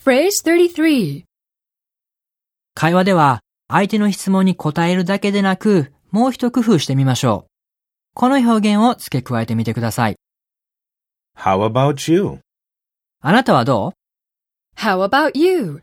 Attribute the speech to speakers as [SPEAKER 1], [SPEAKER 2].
[SPEAKER 1] Phrase 33.
[SPEAKER 2] 会話では相手の質問に答えるだけでなく、もう一工夫してみましょう。この表現を付け加えてみてください。
[SPEAKER 3] How about you?
[SPEAKER 2] あなたはどう
[SPEAKER 1] How about you?